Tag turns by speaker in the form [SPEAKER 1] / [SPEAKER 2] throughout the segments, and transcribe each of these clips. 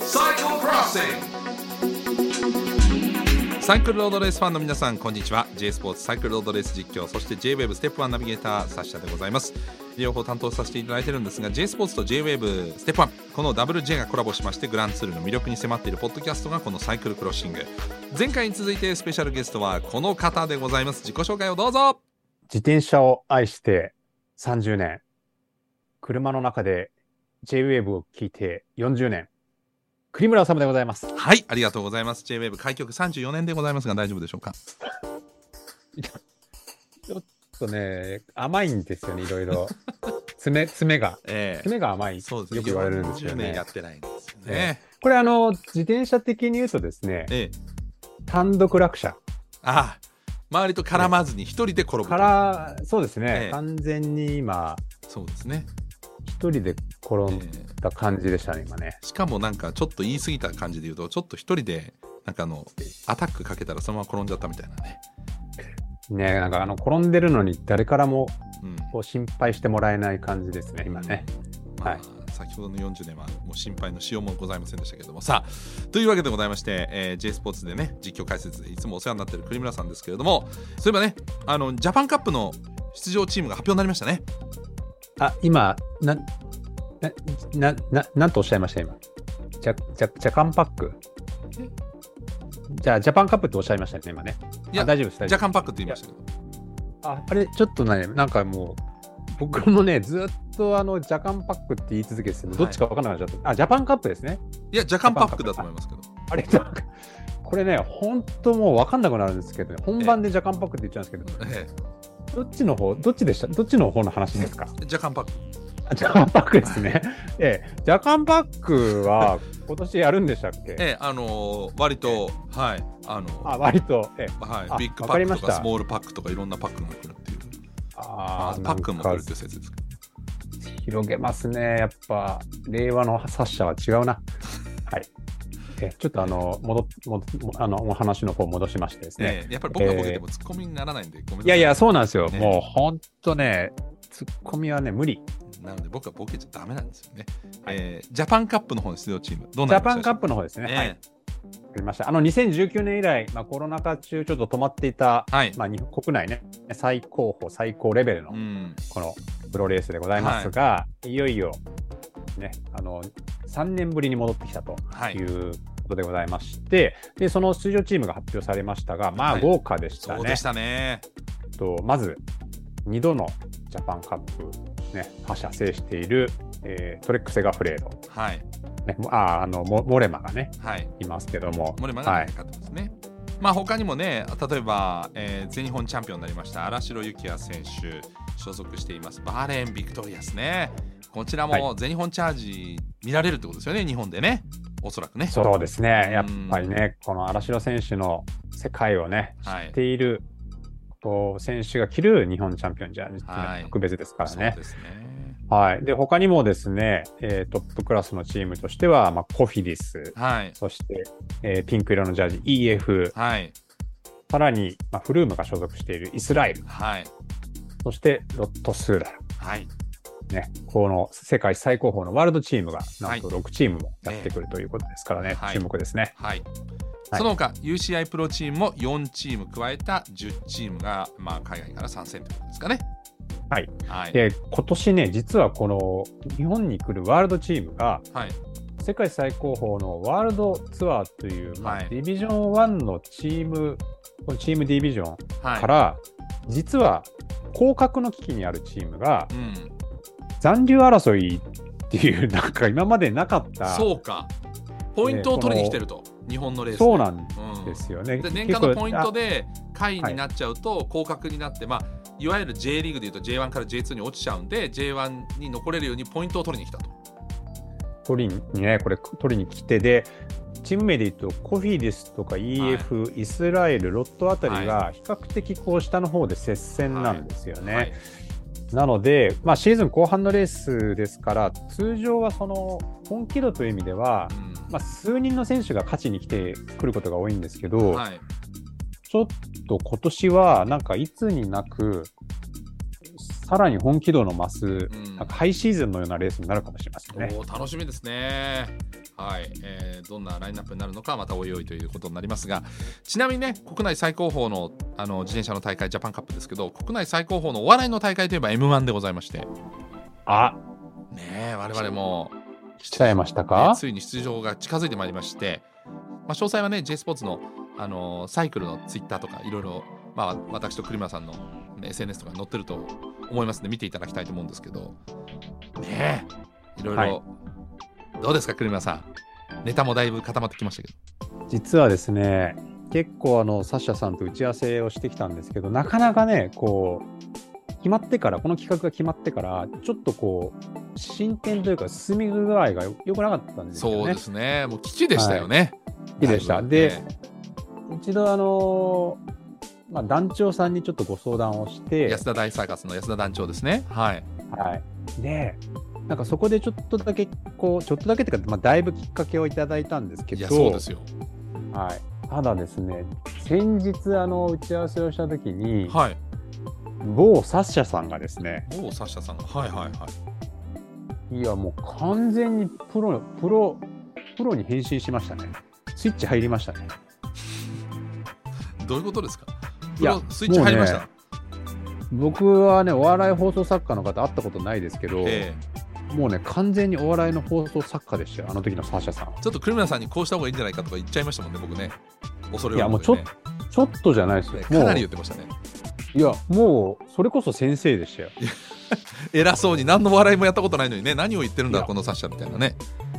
[SPEAKER 1] Cycle Crossing
[SPEAKER 2] サイクルロードレースファンの皆さんこんにちは J スポーツサイクルロードレース実況そして JWAVE ステップワンナビゲーターサッシャでございます両方担当させていただいてるんですが J スポーツと JWAVE ステップワンこの WJ がコラボしましてグランツールの魅力に迫っているポッドキャストがこのサイクルクロッシング前回に続いてスペシャルゲストはこの方でございます自己紹介をどうぞ
[SPEAKER 3] 自転車を愛して30年。車の中で J-Wave を聞いて40年。栗村治でございます。
[SPEAKER 2] はいありがとうございます JWAVE 開局34年でございますが大丈夫でしょうか
[SPEAKER 3] ちょっとね、甘いんですよね、いろいろ。 爪、爪が。
[SPEAKER 2] ええ
[SPEAKER 3] 爪が甘い。
[SPEAKER 2] そうです
[SPEAKER 3] よく言われるんですよ
[SPEAKER 2] 40年や
[SPEAKER 3] ね
[SPEAKER 2] っ。てないんですよね、
[SPEAKER 3] これ、あの、自転車的に言うとですね、
[SPEAKER 2] ええ
[SPEAKER 3] 単独落車
[SPEAKER 2] ああ周りと絡まずに一人で転ぶ、
[SPEAKER 3] から、そうです
[SPEAKER 2] え
[SPEAKER 3] ね、
[SPEAKER 2] え
[SPEAKER 3] 完全に今、
[SPEAKER 2] そうですね、
[SPEAKER 3] 一人で転ん
[SPEAKER 2] ええ
[SPEAKER 3] だ感じでしたね、今ね。
[SPEAKER 2] しかもなんかちょっと言い過ぎた感じで言うとちょっと一人でなんかあのアタックかけたらそのまま転んじゃったみたいなね、
[SPEAKER 3] ね、なんか、あの、転んでるのに誰からも
[SPEAKER 2] うん
[SPEAKER 3] こう心配してもらえない感じですね、今ね。
[SPEAKER 2] まあ
[SPEAKER 3] はい
[SPEAKER 2] 先ほどの40年はもう心配のしようもございませんでしたけれどもさあというわけでございまして、えー J スポーツでね実況解説でいつもお世話になっている栗村さんですけれどもそういえばねあのジャパンカップの出場チームが発表になりましたね
[SPEAKER 3] あ、今、な、な、な、ななんとおっしゃいました、今。ジャ、ジャ、ジャカンパック。じゃあ、ジャパンカップっておっしゃいましたね、今ね。
[SPEAKER 2] いや
[SPEAKER 3] あ大丈夫です、大
[SPEAKER 2] ジャ
[SPEAKER 3] 丈夫
[SPEAKER 2] カンパックって言いましたけど
[SPEAKER 3] ああれ、ちょっとね、なんかもう、僕もね、ずっとあの、ジャカンパックって言い続けてて、どっちか分からなくなっちゃった。あ、ジャパンカップですね。
[SPEAKER 2] いやジャカンパックだと思いますけど
[SPEAKER 3] あれ、なんかこれね、本当もう分かんなくなるんですけど、ね、本番でジャカンパックって言っちゃうんですけ
[SPEAKER 2] え
[SPEAKER 3] ど、どっちの方、どっちでしたどっちの方の話ですか
[SPEAKER 2] えジャカンパック
[SPEAKER 3] あジャカンパックですね。ええ、ジャカンパックは今年やるんでしたっけ、
[SPEAKER 2] ええあのー割とはいあのー
[SPEAKER 3] あ、割と。ええ、
[SPEAKER 2] はい
[SPEAKER 3] あ、
[SPEAKER 2] ビッグ
[SPEAKER 3] わ
[SPEAKER 2] パ
[SPEAKER 3] か
[SPEAKER 2] ッ
[SPEAKER 3] り
[SPEAKER 2] ク
[SPEAKER 3] ま
[SPEAKER 2] とか
[SPEAKER 3] した
[SPEAKER 2] スモールパックとかいろんなパックが来るっていう
[SPEAKER 3] あー
[SPEAKER 2] パックンも
[SPEAKER 3] な
[SPEAKER 2] 来
[SPEAKER 3] ん
[SPEAKER 2] るってい
[SPEAKER 3] か
[SPEAKER 2] う説ですけど
[SPEAKER 3] 広げますね。やっぱ、令和のサッシャは違うな。はい。ええちょっとあの、戻っ、戻っあの、お話の方戻しましてですね。
[SPEAKER 2] ええやっぱり僕がボケてもツッコミにならないんで、ごめんなさい
[SPEAKER 3] いやいや、そうなんですよ。
[SPEAKER 2] ね
[SPEAKER 3] もう本当ね、ツッコミはね、無理。
[SPEAKER 2] なので僕はボケちゃダメなんですよね、
[SPEAKER 3] はい
[SPEAKER 2] えージャパンカップの方の出場チームどう
[SPEAKER 3] ジ
[SPEAKER 2] なり
[SPEAKER 3] ャ
[SPEAKER 2] まし
[SPEAKER 3] パ
[SPEAKER 2] た
[SPEAKER 3] ン
[SPEAKER 2] でしょ
[SPEAKER 3] カッ
[SPEAKER 2] う
[SPEAKER 3] プの方ですね。はい。わ
[SPEAKER 2] え
[SPEAKER 3] かりました。あの、2019年以来、まあ、コロナ禍中、ちょっと止まっていた、
[SPEAKER 2] えはい、
[SPEAKER 3] まあ、日本国内ね、最高峰、最高レベルの
[SPEAKER 2] うん
[SPEAKER 3] このプロレースでございますが、い、よいよ、ね、あの3年ぶりに戻ってきたと
[SPEAKER 2] はい
[SPEAKER 3] いうことでございまして、でその出場チームが発表されましたが、ま
[SPEAKER 2] は
[SPEAKER 3] あ
[SPEAKER 2] い
[SPEAKER 3] 豪華でした
[SPEAKER 2] そう
[SPEAKER 3] ね。
[SPEAKER 2] でしたね
[SPEAKER 3] とまず2度のジャパンカップ、ね、覇者制している、えートレック・セガフレード、
[SPEAKER 2] はい
[SPEAKER 3] ね、もあーあのモモレマがね、
[SPEAKER 2] はい
[SPEAKER 3] いますけども、
[SPEAKER 2] モレマ
[SPEAKER 3] は
[SPEAKER 2] が
[SPEAKER 3] い、
[SPEAKER 2] 勝ってますね、まあ他にもね例えば、えー全日本チャンピオンになりました荒城幸也選手所属していますバーレーンビクトリアスねこちらも
[SPEAKER 3] は
[SPEAKER 2] 全日本チャージ見られるってことですよね日本でねおそらくね
[SPEAKER 3] そうですね、やっぱりね、この荒城選手の世界をね、
[SPEAKER 2] はい
[SPEAKER 3] 知っている、こう選手が着る日本チャンピオンじゃ、実
[SPEAKER 2] はい
[SPEAKER 3] は特別ですから
[SPEAKER 2] そう
[SPEAKER 3] ね。
[SPEAKER 2] ですね
[SPEAKER 3] はい、で他にもですね、えートップクラスのチームとしては、まあ、コフィディス、
[SPEAKER 2] はい
[SPEAKER 3] そして、えーピンク色のジャージ、EF、
[SPEAKER 2] はい
[SPEAKER 3] さらに、まあ、フルームが所属しているイスラエル、
[SPEAKER 2] はい
[SPEAKER 3] そしてロットスーダル、
[SPEAKER 2] はい
[SPEAKER 3] ね、この世界最高峰のワールドチームが、
[SPEAKER 2] は
[SPEAKER 3] ないんと6チームもやってくるということですからね、
[SPEAKER 2] はい
[SPEAKER 3] 注目ですね。
[SPEAKER 2] はい、
[SPEAKER 3] はい
[SPEAKER 2] その他 UCI プロチームも4チーム加えた10チームが、まあ、海外から参戦ということですかね。
[SPEAKER 3] はい、
[SPEAKER 2] はい
[SPEAKER 3] で今年ね、実はこの日本に来るワールドチームが、
[SPEAKER 2] はい
[SPEAKER 3] 世界最高峰のワールドツアーという、まあ
[SPEAKER 2] はい
[SPEAKER 3] ディビジョン1のチーム、このチームディビジョン
[SPEAKER 2] はい
[SPEAKER 3] から、実は降格の危機にあるチームが
[SPEAKER 2] うん、
[SPEAKER 3] 残留争いっていう、なんか今までなかった、
[SPEAKER 2] そうかポイントを取りに来てると、日本のレースで
[SPEAKER 3] そうなん
[SPEAKER 2] うん
[SPEAKER 3] ですよね。
[SPEAKER 2] で年間のポイント
[SPEAKER 3] で
[SPEAKER 2] で下位になっちゃうと降格になって、まあ、いわゆる J リーグでいうと J1 から J2 に落ちちゃうんで J1 に残れるようにポイントを取りに来たと。
[SPEAKER 3] 取りにね、これ取りに来てで、チーム名で言うとコフィディスとか EF、イスラエル、ロットあたりが比較的こう下の方で接戦なんですよね。
[SPEAKER 2] はい
[SPEAKER 3] なので、まあ、シーズン後半のレースですから、通常はその本気度という意味では
[SPEAKER 2] う、ん
[SPEAKER 3] まあ、数人の選手が勝ちに来てくることが多いんですけど、
[SPEAKER 2] はい
[SPEAKER 3] ちょっと今年は、なんかいつになく、さらに本気度の増す、
[SPEAKER 2] ん
[SPEAKER 3] なんかハイシーズンのようなレースになるかもしれませんね。
[SPEAKER 2] おー楽しみですね。はい、えーどんなラインナップになるのかまたおいおいということになりますがちなみにね国内最高峰のあの自転車の大会ジャパンカップですけど国内最高峰のお笑いの大会といえば m 1でございまして
[SPEAKER 3] あ、
[SPEAKER 2] ねえ我々も
[SPEAKER 3] しちゃいました
[SPEAKER 2] ね
[SPEAKER 3] か
[SPEAKER 2] ついに出場が近づいてまいりまして、まあ、詳細はね J スポーツの、あのーサイクルのツイッターとかいろいろ、まあ、私と栗村さんの、ね SNS とかに載ってると思いますので見ていただきたいと思うんですけどねえいろいろ、
[SPEAKER 3] はい
[SPEAKER 2] どうですか栗村さんネタもだいぶ固まってきましたけど
[SPEAKER 3] 実はですね、結構あの、サッシャさんと打ち合わせをしてきたんですけど、なかなかね、こう、決まってから、この企画が決まってから、ちょっとこう、進展というか、進み具合が良くなかったんですよね。
[SPEAKER 2] そうですねもう危機でしたよね、
[SPEAKER 3] 危機でした
[SPEAKER 2] だいぶね
[SPEAKER 3] で一度あのーまあ、団長さんにちょっとご相談をして、
[SPEAKER 2] 安田大サーカスの安田団長ですねはい
[SPEAKER 3] はい、でなんかそこでちょっとだけこうちょっとだけっていうか、まあ、だいぶきっかけをいただいたんですけ
[SPEAKER 2] い
[SPEAKER 3] ど
[SPEAKER 2] やそうですよ
[SPEAKER 3] はい、ただですね先日あの打ち合わせをした時に、
[SPEAKER 2] はい
[SPEAKER 3] 某サッシャさんがですね
[SPEAKER 2] 某サッシャさんがはいはいはい
[SPEAKER 3] いやもう完全にプロプロプロに変身しましたねスイッチ入りましたね
[SPEAKER 2] どういうことですか
[SPEAKER 3] いや
[SPEAKER 2] プロスイッチ入りました、
[SPEAKER 3] も僕はねお笑い放送作家の方会ったことないですけど、
[SPEAKER 2] ええ
[SPEAKER 3] もうね完全にお笑いの放送作家でしたよあの時のサッシャさんは
[SPEAKER 2] ちょっと栗村さんにこうした方がいいんじゃないかとか言っちゃいましたもんね、僕ね。恐れ
[SPEAKER 3] いや
[SPEAKER 2] を
[SPEAKER 3] も
[SPEAKER 2] 持
[SPEAKER 3] う
[SPEAKER 2] て
[SPEAKER 3] ち
[SPEAKER 2] ね、
[SPEAKER 3] ょっちょっとじゃないですよ。
[SPEAKER 2] ねかなり
[SPEAKER 3] も
[SPEAKER 2] 言ってましたね。
[SPEAKER 3] ういや、もう、それこそ先生でしたよ。
[SPEAKER 2] 偉そうに何の笑いもやったことないのにね、何を言ってるん
[SPEAKER 3] い
[SPEAKER 2] だ、
[SPEAKER 3] や
[SPEAKER 2] このサッシャみたいなね。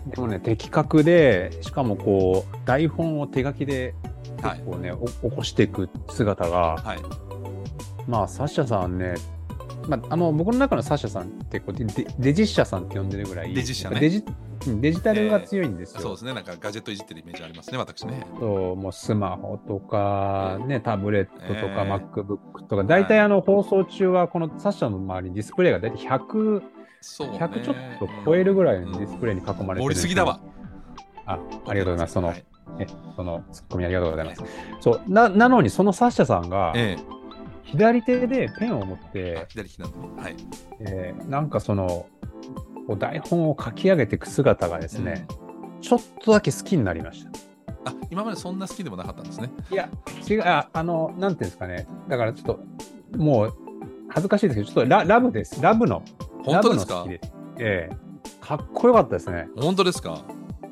[SPEAKER 3] でもね、的確で、しかもこう、台本を手書きで、
[SPEAKER 2] はい
[SPEAKER 3] 結構ね、お起こしていく姿が、
[SPEAKER 2] はい。
[SPEAKER 3] まあ、サッシャさんね、まあ、あの、僕の中のサッシャさんってこうデ、デデジッシャさんって呼んでるぐらい、
[SPEAKER 2] デジッシャね
[SPEAKER 3] やっぱデジうんデジタルが強いんですよ。
[SPEAKER 2] そうですね、なんかガジェットいじってるイメージありますね、私ね。
[SPEAKER 3] そうもうスマホとか、ね、タブレットとか、
[SPEAKER 2] えー
[SPEAKER 3] MacBook とか、大体あの放送中は、このサッシャの周りにディスプレイが大体100、
[SPEAKER 2] そう、ね。
[SPEAKER 3] 100ちょっと超えるぐらいのディスプレイに囲まれてるんですよ
[SPEAKER 2] 盛りすぎだわ。
[SPEAKER 3] あありがとうございます。その、
[SPEAKER 2] はい
[SPEAKER 3] そのツッコミありがとうございます。そうななのに、そのサッシャさんが、
[SPEAKER 2] え
[SPEAKER 3] 左手でペンを持っ
[SPEAKER 2] え
[SPEAKER 3] て
[SPEAKER 2] あ、左利きなんでね。はい。
[SPEAKER 3] えーなんかその、こう台本を書き上げていく姿がですね、ちょっとだけ好きになりました。
[SPEAKER 2] あ、今までそんな好きでもなかったんですね。
[SPEAKER 3] いや、違う、ああの、なんていうんですかね、だからちょっと、もう、恥ずかしいですけど、ちょっとララブです。ラブの。
[SPEAKER 2] 本当です
[SPEAKER 3] ラ
[SPEAKER 2] か
[SPEAKER 3] ブの好きですええかっこよかったですね。
[SPEAKER 2] 本当ですか、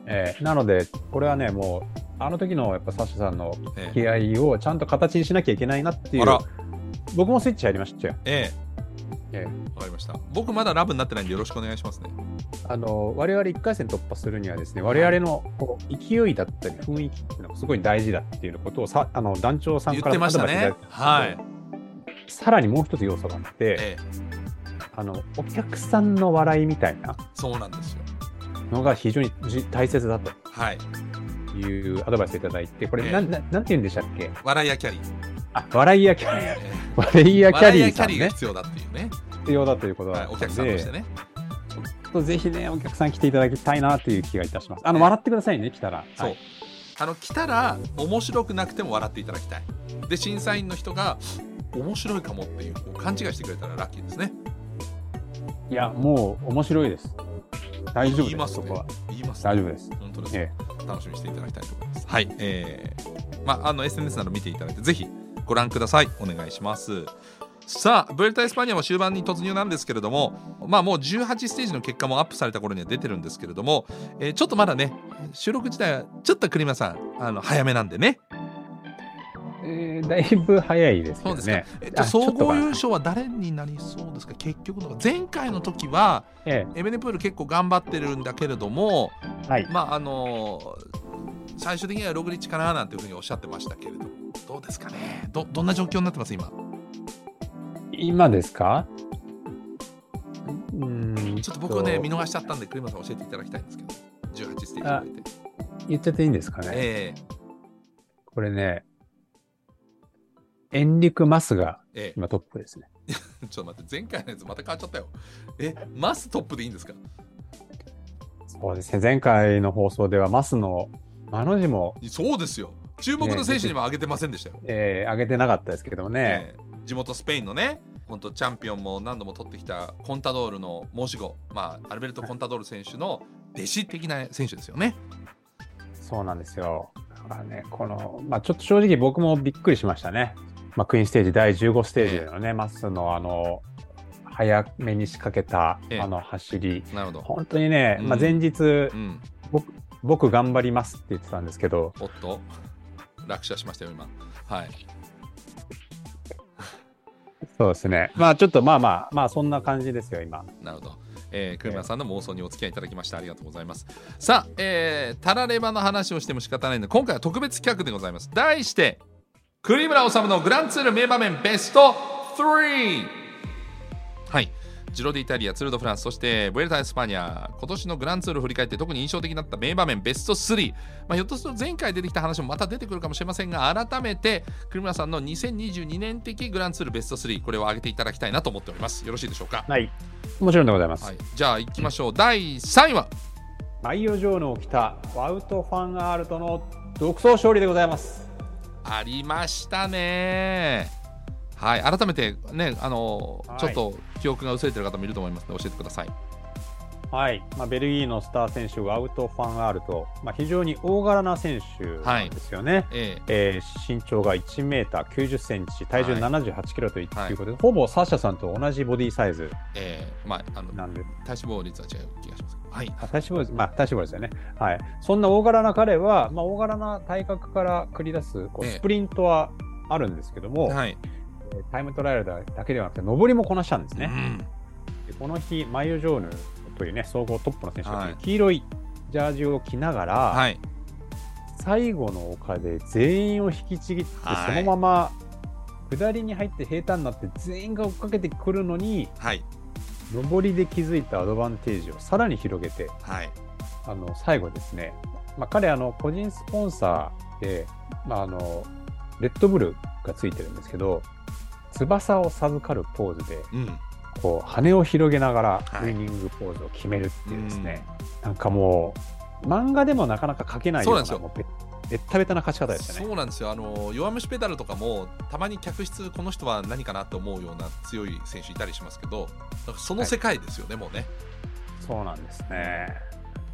[SPEAKER 3] ええなので、これはね、もう、あの時のやっぱサッシャさんの
[SPEAKER 2] ええ
[SPEAKER 3] 気合をちゃんと形にしなきゃいけないなってい
[SPEAKER 2] あ
[SPEAKER 3] う
[SPEAKER 2] ら、
[SPEAKER 3] 僕もスイッチ入りましたよ。
[SPEAKER 2] ええ
[SPEAKER 3] ええ
[SPEAKER 2] わかりました。僕まだラブになってないんでよろしくお願いしますね。
[SPEAKER 3] あの我々1回戦突破するにはですね我々のこう勢いだったり雰囲気っていうのがすごい大事だっていうことをさあの団長さん
[SPEAKER 2] 言
[SPEAKER 3] か
[SPEAKER 2] って
[SPEAKER 3] ら
[SPEAKER 2] ました
[SPEAKER 3] ア
[SPEAKER 2] ね
[SPEAKER 3] ドバイスいただい。た
[SPEAKER 2] はい。
[SPEAKER 3] さらにもう一つ要素があって
[SPEAKER 2] ええ
[SPEAKER 3] あのお客さんの笑いみたいな
[SPEAKER 2] そうなんですよ。
[SPEAKER 3] のが非常にじ大切だと
[SPEAKER 2] はい。
[SPEAKER 3] いうアドバイスをいただいてこ
[SPEAKER 2] え
[SPEAKER 3] れ
[SPEAKER 2] え
[SPEAKER 3] なん、ななんて言うんでしたっけ
[SPEAKER 2] 笑いやキャリー。
[SPEAKER 3] あ笑いやキャリー
[SPEAKER 2] ええ
[SPEAKER 3] 笑いやキャリーさん
[SPEAKER 2] が
[SPEAKER 3] ね
[SPEAKER 2] 必要だっていうね、
[SPEAKER 3] 必要だということ
[SPEAKER 2] は
[SPEAKER 3] だ
[SPEAKER 2] い、
[SPEAKER 3] った
[SPEAKER 2] お
[SPEAKER 3] ので
[SPEAKER 2] 客さんとしてね。
[SPEAKER 3] ちょっとぜひねお客さん来ていただきたいなという気がいたしますあ
[SPEAKER 2] え
[SPEAKER 3] の
[SPEAKER 2] え
[SPEAKER 3] 笑ってくださいね来たら
[SPEAKER 2] そう、
[SPEAKER 3] はい
[SPEAKER 2] あの来たら面白くなくても笑っていただきたい。で審査員の人が面白いかもっていうこう勘違いしてくれたらラッキーですね。
[SPEAKER 3] いやもう面白いです大丈夫
[SPEAKER 2] 言い
[SPEAKER 3] で
[SPEAKER 2] ますす
[SPEAKER 3] そ
[SPEAKER 2] ね
[SPEAKER 3] こは。
[SPEAKER 2] 言います、
[SPEAKER 3] 大丈夫です
[SPEAKER 2] 本当です、
[SPEAKER 3] え
[SPEAKER 2] 楽しみにしていただきたいと思います。はい。えー、まあ、あの、SNS など見ていただいて、ぜひご覧ください。お願いします。さあ、ブエルタ・エスパニアも終盤に突入なんですけれども、まあ、もう18ステージの結果もアップされた頃には出てるんですけれども、えーちょっとまだね、収録自体はちょっと栗間さん、あの早めなんでね。
[SPEAKER 3] えーだいぶ早いですけ
[SPEAKER 2] そうで
[SPEAKER 3] ど
[SPEAKER 2] すか。
[SPEAKER 3] ね。
[SPEAKER 2] えっと、
[SPEAKER 3] あちょっ
[SPEAKER 2] 総
[SPEAKER 3] と
[SPEAKER 2] 合優勝は誰になりそうですか、結局のところ前回の時は、
[SPEAKER 3] え
[SPEAKER 2] エベネプール結構頑張ってるんだけれども、
[SPEAKER 3] えはい。
[SPEAKER 2] まああの最終的にはログリッチかななんていうふうにおっしゃってましたけれどもどうですかねどどんな状況になってます今
[SPEAKER 3] 今ですか？うーん
[SPEAKER 2] ちょっと僕ね見
[SPEAKER 3] の
[SPEAKER 2] 逃しちゃったんで栗山さん教えていただきたいんですけど18ステージにて
[SPEAKER 3] 言っちゃっていいんですかね。
[SPEAKER 2] え
[SPEAKER 3] これね、エンリクマスが
[SPEAKER 2] ええ
[SPEAKER 3] 今トップですね。
[SPEAKER 2] え ちょっと待って前回のやつまた変わっちゃったよえマストップでいいんですか
[SPEAKER 3] そうですね。前回の放送ではマスのマの字も
[SPEAKER 2] そうですよ注目の選手には挙げてませんでしたよ。
[SPEAKER 3] えー、上げてなかったですけどもね、
[SPEAKER 2] ええ地元スペインのね、本当チャンピオンも何度も取ってきたコンタドールの申し子、まあ、アルベルト・コンタドール選手の弟子的な選手ですよね。
[SPEAKER 3] そうなんですよ。だからね、この、まあ、ちょっと正直僕もびっくりしましたね。まあ、クイーンステージ第15ステージでのね、マスのあの、早めに仕掛けた
[SPEAKER 2] ええ
[SPEAKER 3] あの走り、
[SPEAKER 2] なるほど。
[SPEAKER 3] 本当にね、
[SPEAKER 2] うん
[SPEAKER 3] まあ、前日
[SPEAKER 2] う、ん、
[SPEAKER 3] 僕頑張りますって言ってたんですけど、
[SPEAKER 2] おっと、落車しましたよ、今。はい。
[SPEAKER 3] そうですね、まあちょっとまあまあ、まあそんな感じですよ、今。
[SPEAKER 2] なるほど。えー、クーマンさんの妄想にお付き合いいただきましてありがとうございます。さあ、えー、タラレバの話をしても仕方ないので、今回は特別企画でございます。題して、栗村治のグランツール名場面ベスト 3! はい。ジロディイタリア、ツール・ド・フランス、そしてブエルタ・エスパーニャ、今年のグランツールを振り返って特に印象的だった名場面ベスト3、まあ、ひょっとすると前回出てきた話もまた出てくるかもしれませんが、改めて栗村さんの2022年的グランツールベスト3、これを挙げていただきたいなと思っております。よろしいでしょうか。
[SPEAKER 3] はい。もちろんでございます。
[SPEAKER 2] はい、じゃあ行きましょう、第3位は
[SPEAKER 3] マイオジョーヌを着たワウト・ファン・アールとの独走勝利でございます。
[SPEAKER 2] ありましたねはい改めてねあの、
[SPEAKER 3] はい
[SPEAKER 2] ちょっと記憶が薄れてる方もいると思いますので教えてください
[SPEAKER 3] はい、まあ、ベルギーのスター選手、ワウト・ファン・アールと、まあ、非常に大柄な選手なんですよね。
[SPEAKER 2] え
[SPEAKER 3] えー身長が1メーター90センチ、体重
[SPEAKER 2] は
[SPEAKER 3] 78キロとい
[SPEAKER 2] はいう
[SPEAKER 3] ことで、ほぼサッシャさんと同じボディサイズ
[SPEAKER 2] えええまああの
[SPEAKER 3] なんで、
[SPEAKER 2] 体脂肪率は違う気がしますはい
[SPEAKER 3] あ体脂肪です、まあ、体脂肪ですよね。はい。そんな大柄な彼は、まあ、大柄な体格から繰り出す、こう
[SPEAKER 2] ええ
[SPEAKER 3] スプリントはあるんですけども、
[SPEAKER 2] はい、
[SPEAKER 3] えータイムトライアルだけではなくて、上りもこなしたんです
[SPEAKER 2] う
[SPEAKER 3] ね。
[SPEAKER 2] ん、
[SPEAKER 3] でこの日、マイオジョーヌというね、総合トップの選手が、
[SPEAKER 2] はい
[SPEAKER 3] 黄色いジャージを着ながら、
[SPEAKER 2] はい
[SPEAKER 3] 最後の丘で全員を引きちぎって、
[SPEAKER 2] はい
[SPEAKER 3] そのまま下りに入って平坦になって、全員が追っかけてくるのに、
[SPEAKER 2] はい
[SPEAKER 3] 上りで築いたアドバンテージをさらに広げて、
[SPEAKER 2] はい
[SPEAKER 3] あの最後ですね、まあ、彼あの、個人スポンサーで、まあ、あのレッドブルがついてるんですけど、翼を授かるポーズで、
[SPEAKER 2] うん
[SPEAKER 3] こう羽を広げながら
[SPEAKER 2] はい
[SPEAKER 3] ウイニングポーズを決めるっていうですね、なんかもう漫画でもなかなか描けないような
[SPEAKER 2] そうな
[SPEAKER 3] もうべべったべたな勝ち方でしたね。
[SPEAKER 2] そうなんですよあの弱虫ペダルとかもたまに客室この人は何かなと思うような強い選手いたりしますけどだからその世界ですよね、もうね
[SPEAKER 3] そうなんですね。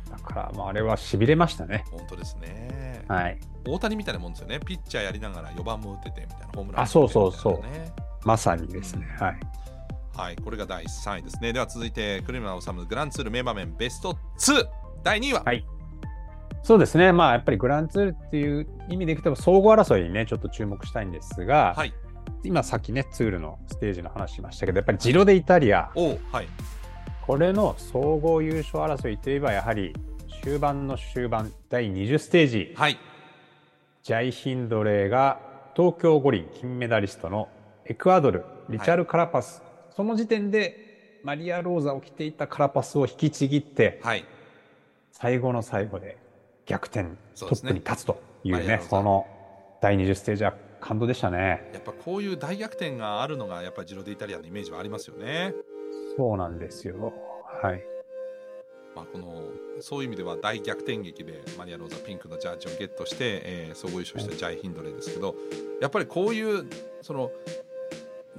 [SPEAKER 3] だからまああれはしびれましたね。
[SPEAKER 2] 本当ですね
[SPEAKER 3] はい。
[SPEAKER 2] 大谷みたいなもんですよね、ピッチャーやりながら4番も打ててみたいな、ホームラン
[SPEAKER 3] あそうそうそう
[SPEAKER 2] 打ててみたいなね
[SPEAKER 3] まさにですね。はい。
[SPEAKER 2] はい、これが第3位ですね。では続いて、クリムナ治グランツール名場面ベスト2、第2位は、
[SPEAKER 3] はいそうですね。まあやっぱりグランツールっていう意味でいくと総合争いにねちょっと注目したいんですが、
[SPEAKER 2] はい、
[SPEAKER 3] 今さっきねツールのステージの話しましたけど、やっぱりジロでイタリア
[SPEAKER 2] おうはい、
[SPEAKER 3] これの総合優勝争いといえばやはり終盤の終盤第20ステージ
[SPEAKER 2] はい、
[SPEAKER 3] ジャイヒンドレーが東京五輪金メダリストのエクアドルリチャル・カラパス、その時点でマリア・ローザを着ていたカラパスを引きちぎって
[SPEAKER 2] はい、
[SPEAKER 3] 最後の最後で逆転、
[SPEAKER 2] そ
[SPEAKER 3] ト
[SPEAKER 2] うです
[SPEAKER 3] ッ
[SPEAKER 2] ね
[SPEAKER 3] プに立つという
[SPEAKER 2] マリア
[SPEAKER 3] ね
[SPEAKER 2] ローザ
[SPEAKER 3] その第20ステージは感動でしたね
[SPEAKER 2] やっぱこういう大逆転があるのが、やっぱりジロデイタリアのイメージはありますよね。
[SPEAKER 3] そうなんですよはい
[SPEAKER 2] まあ、このそういう意味では大逆転劇でマリア・ローザピンクのジャージをゲットして、えー総合優勝したジャイ・ヒンドレーですけどやっぱりこういうその、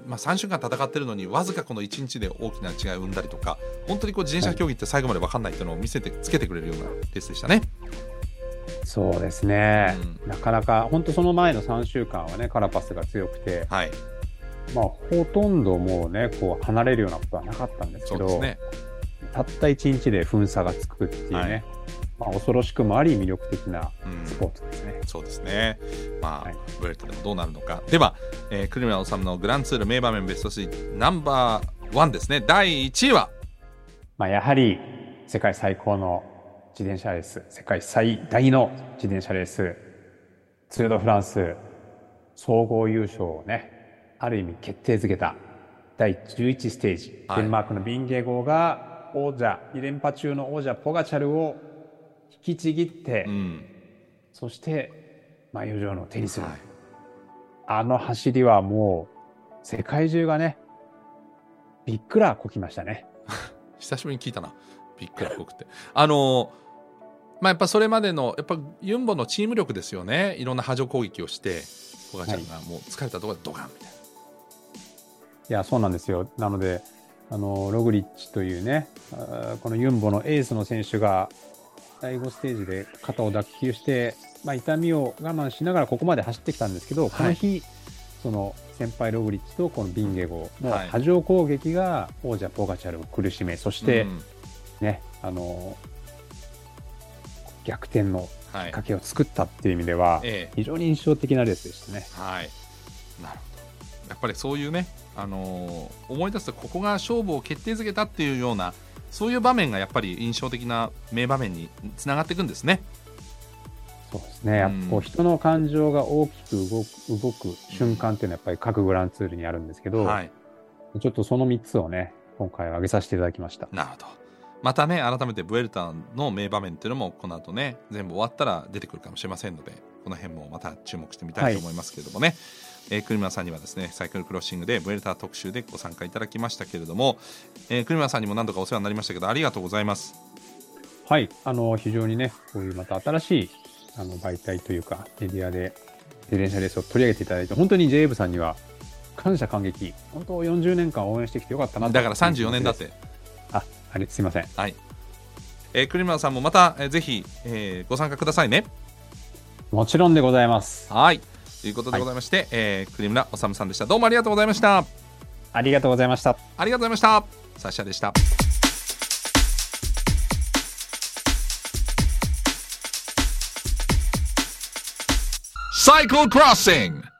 [SPEAKER 2] まあ、3週間戦ってるのにわずかこの1日で大きな違いを生んだりとか本当にこう自転車競技って最後まで分かんないっていうのを見せてつけてくれるようなレースでしたね。
[SPEAKER 3] そうですね、
[SPEAKER 2] うん
[SPEAKER 3] なかなか本当その前の3週間はねカラパスが強くて
[SPEAKER 2] はい、
[SPEAKER 3] まあ、ほとんどもうね、こう離れるようなことはなかったんです
[SPEAKER 2] そ
[SPEAKER 3] け
[SPEAKER 2] う
[SPEAKER 3] ど、
[SPEAKER 2] ですね。
[SPEAKER 3] たった一日で噴砂がつくっていうね、
[SPEAKER 2] はい
[SPEAKER 3] まあ、恐ろしくもあり魅力的な
[SPEAKER 2] うん
[SPEAKER 3] スポーツですね。
[SPEAKER 2] そうですね。まあ、
[SPEAKER 3] はい
[SPEAKER 2] ブレットでもどうなるのか。では、えー、クリムラ治のグランツール名場面ベスト3ナンバーワンですね。第1位は
[SPEAKER 3] まあ、やはり世界最高の自転車レース、世界最大の自転車レース、ツール・ド・フランス、総合優勝をね、ある意味決定づけた第11ステージ、
[SPEAKER 2] はい
[SPEAKER 3] デンマークのビンゲゴが王者、2連覇中の王者ポガチャルを引きちぎって、
[SPEAKER 2] うん
[SPEAKER 3] そして、マイオジョーのテニス、
[SPEAKER 2] はい
[SPEAKER 3] あの走りはもう、世界中がね、びっくらこきましたね。
[SPEAKER 2] 久しぶりに聞いたな。びっくりこくって。あのまあ、やっぱそれまでのやっぱユンボのチーム力ですよねいろんな波状攻撃をして小賀ちゃんがもう疲れたところでドカンみたい
[SPEAKER 3] いや、そうなんですよ。なので、あのログリッチというね、あーこのユンボのエースの選手が、第5ステージで肩を脱臼して、まあ、痛みを我慢しながらここまで走ってきたんですけど、
[SPEAKER 2] い
[SPEAKER 3] この日、その先輩ログリッチとこのビンゲゴの
[SPEAKER 2] はい
[SPEAKER 3] 波状攻撃が王者ポガチャルを苦しめ、そし
[SPEAKER 2] な、
[SPEAKER 3] て
[SPEAKER 2] うん
[SPEAKER 3] ね、あの逆転の
[SPEAKER 2] はい
[SPEAKER 3] 賭けを作ったっていう意味では、
[SPEAKER 2] ええ
[SPEAKER 3] 非常に印象的なレースでしたね。
[SPEAKER 2] はい、なるほどやっぱりそういうね、あのー思い出すとここが勝負を決定づけたっていうようなそういう場面がやっぱり印象的な名場面につながっていくんですね。
[SPEAKER 3] そうですね。やっぱこ
[SPEAKER 2] うん
[SPEAKER 3] う人の感情が大きく動く動く瞬間っていうのはやっぱり各グランツールにあるんですけど、
[SPEAKER 2] はい、
[SPEAKER 3] ちょっとその3つをね、今回は挙げさせていただきました。
[SPEAKER 2] なるほどまたね改めてブエルタの名場面っていうのもこの後ね全部終わったら出てくるかもしれませんのでこの辺もまた注目してみたいと思いますけれどもね、えー、栗村さんにはですねサイクルクロッシングでブエルタ特集でご参加いただきましたけれども、えー栗村さんにも何度かお世話になりましたけどありがとうございます。
[SPEAKER 3] はい。あの、非常にね、こういうまた新しいあの媒体というか、メディアで自転車レースを取り上げていただいて、本当に JA 部さんには感謝感激。本当40年間応援してきてよかったなと
[SPEAKER 2] だから34年だって。
[SPEAKER 3] あ、あれ、すいません。
[SPEAKER 2] はい。えー、栗村さんもまた、えーぜひ、えーご参加くださいね。
[SPEAKER 3] もちろんでございます。
[SPEAKER 2] はい。ということでございまして、えー栗村修さんでした。どうもありがとうございました。
[SPEAKER 3] ありがとうございました。
[SPEAKER 2] ありがとうございました。サッシャでした。サイクルクロッシング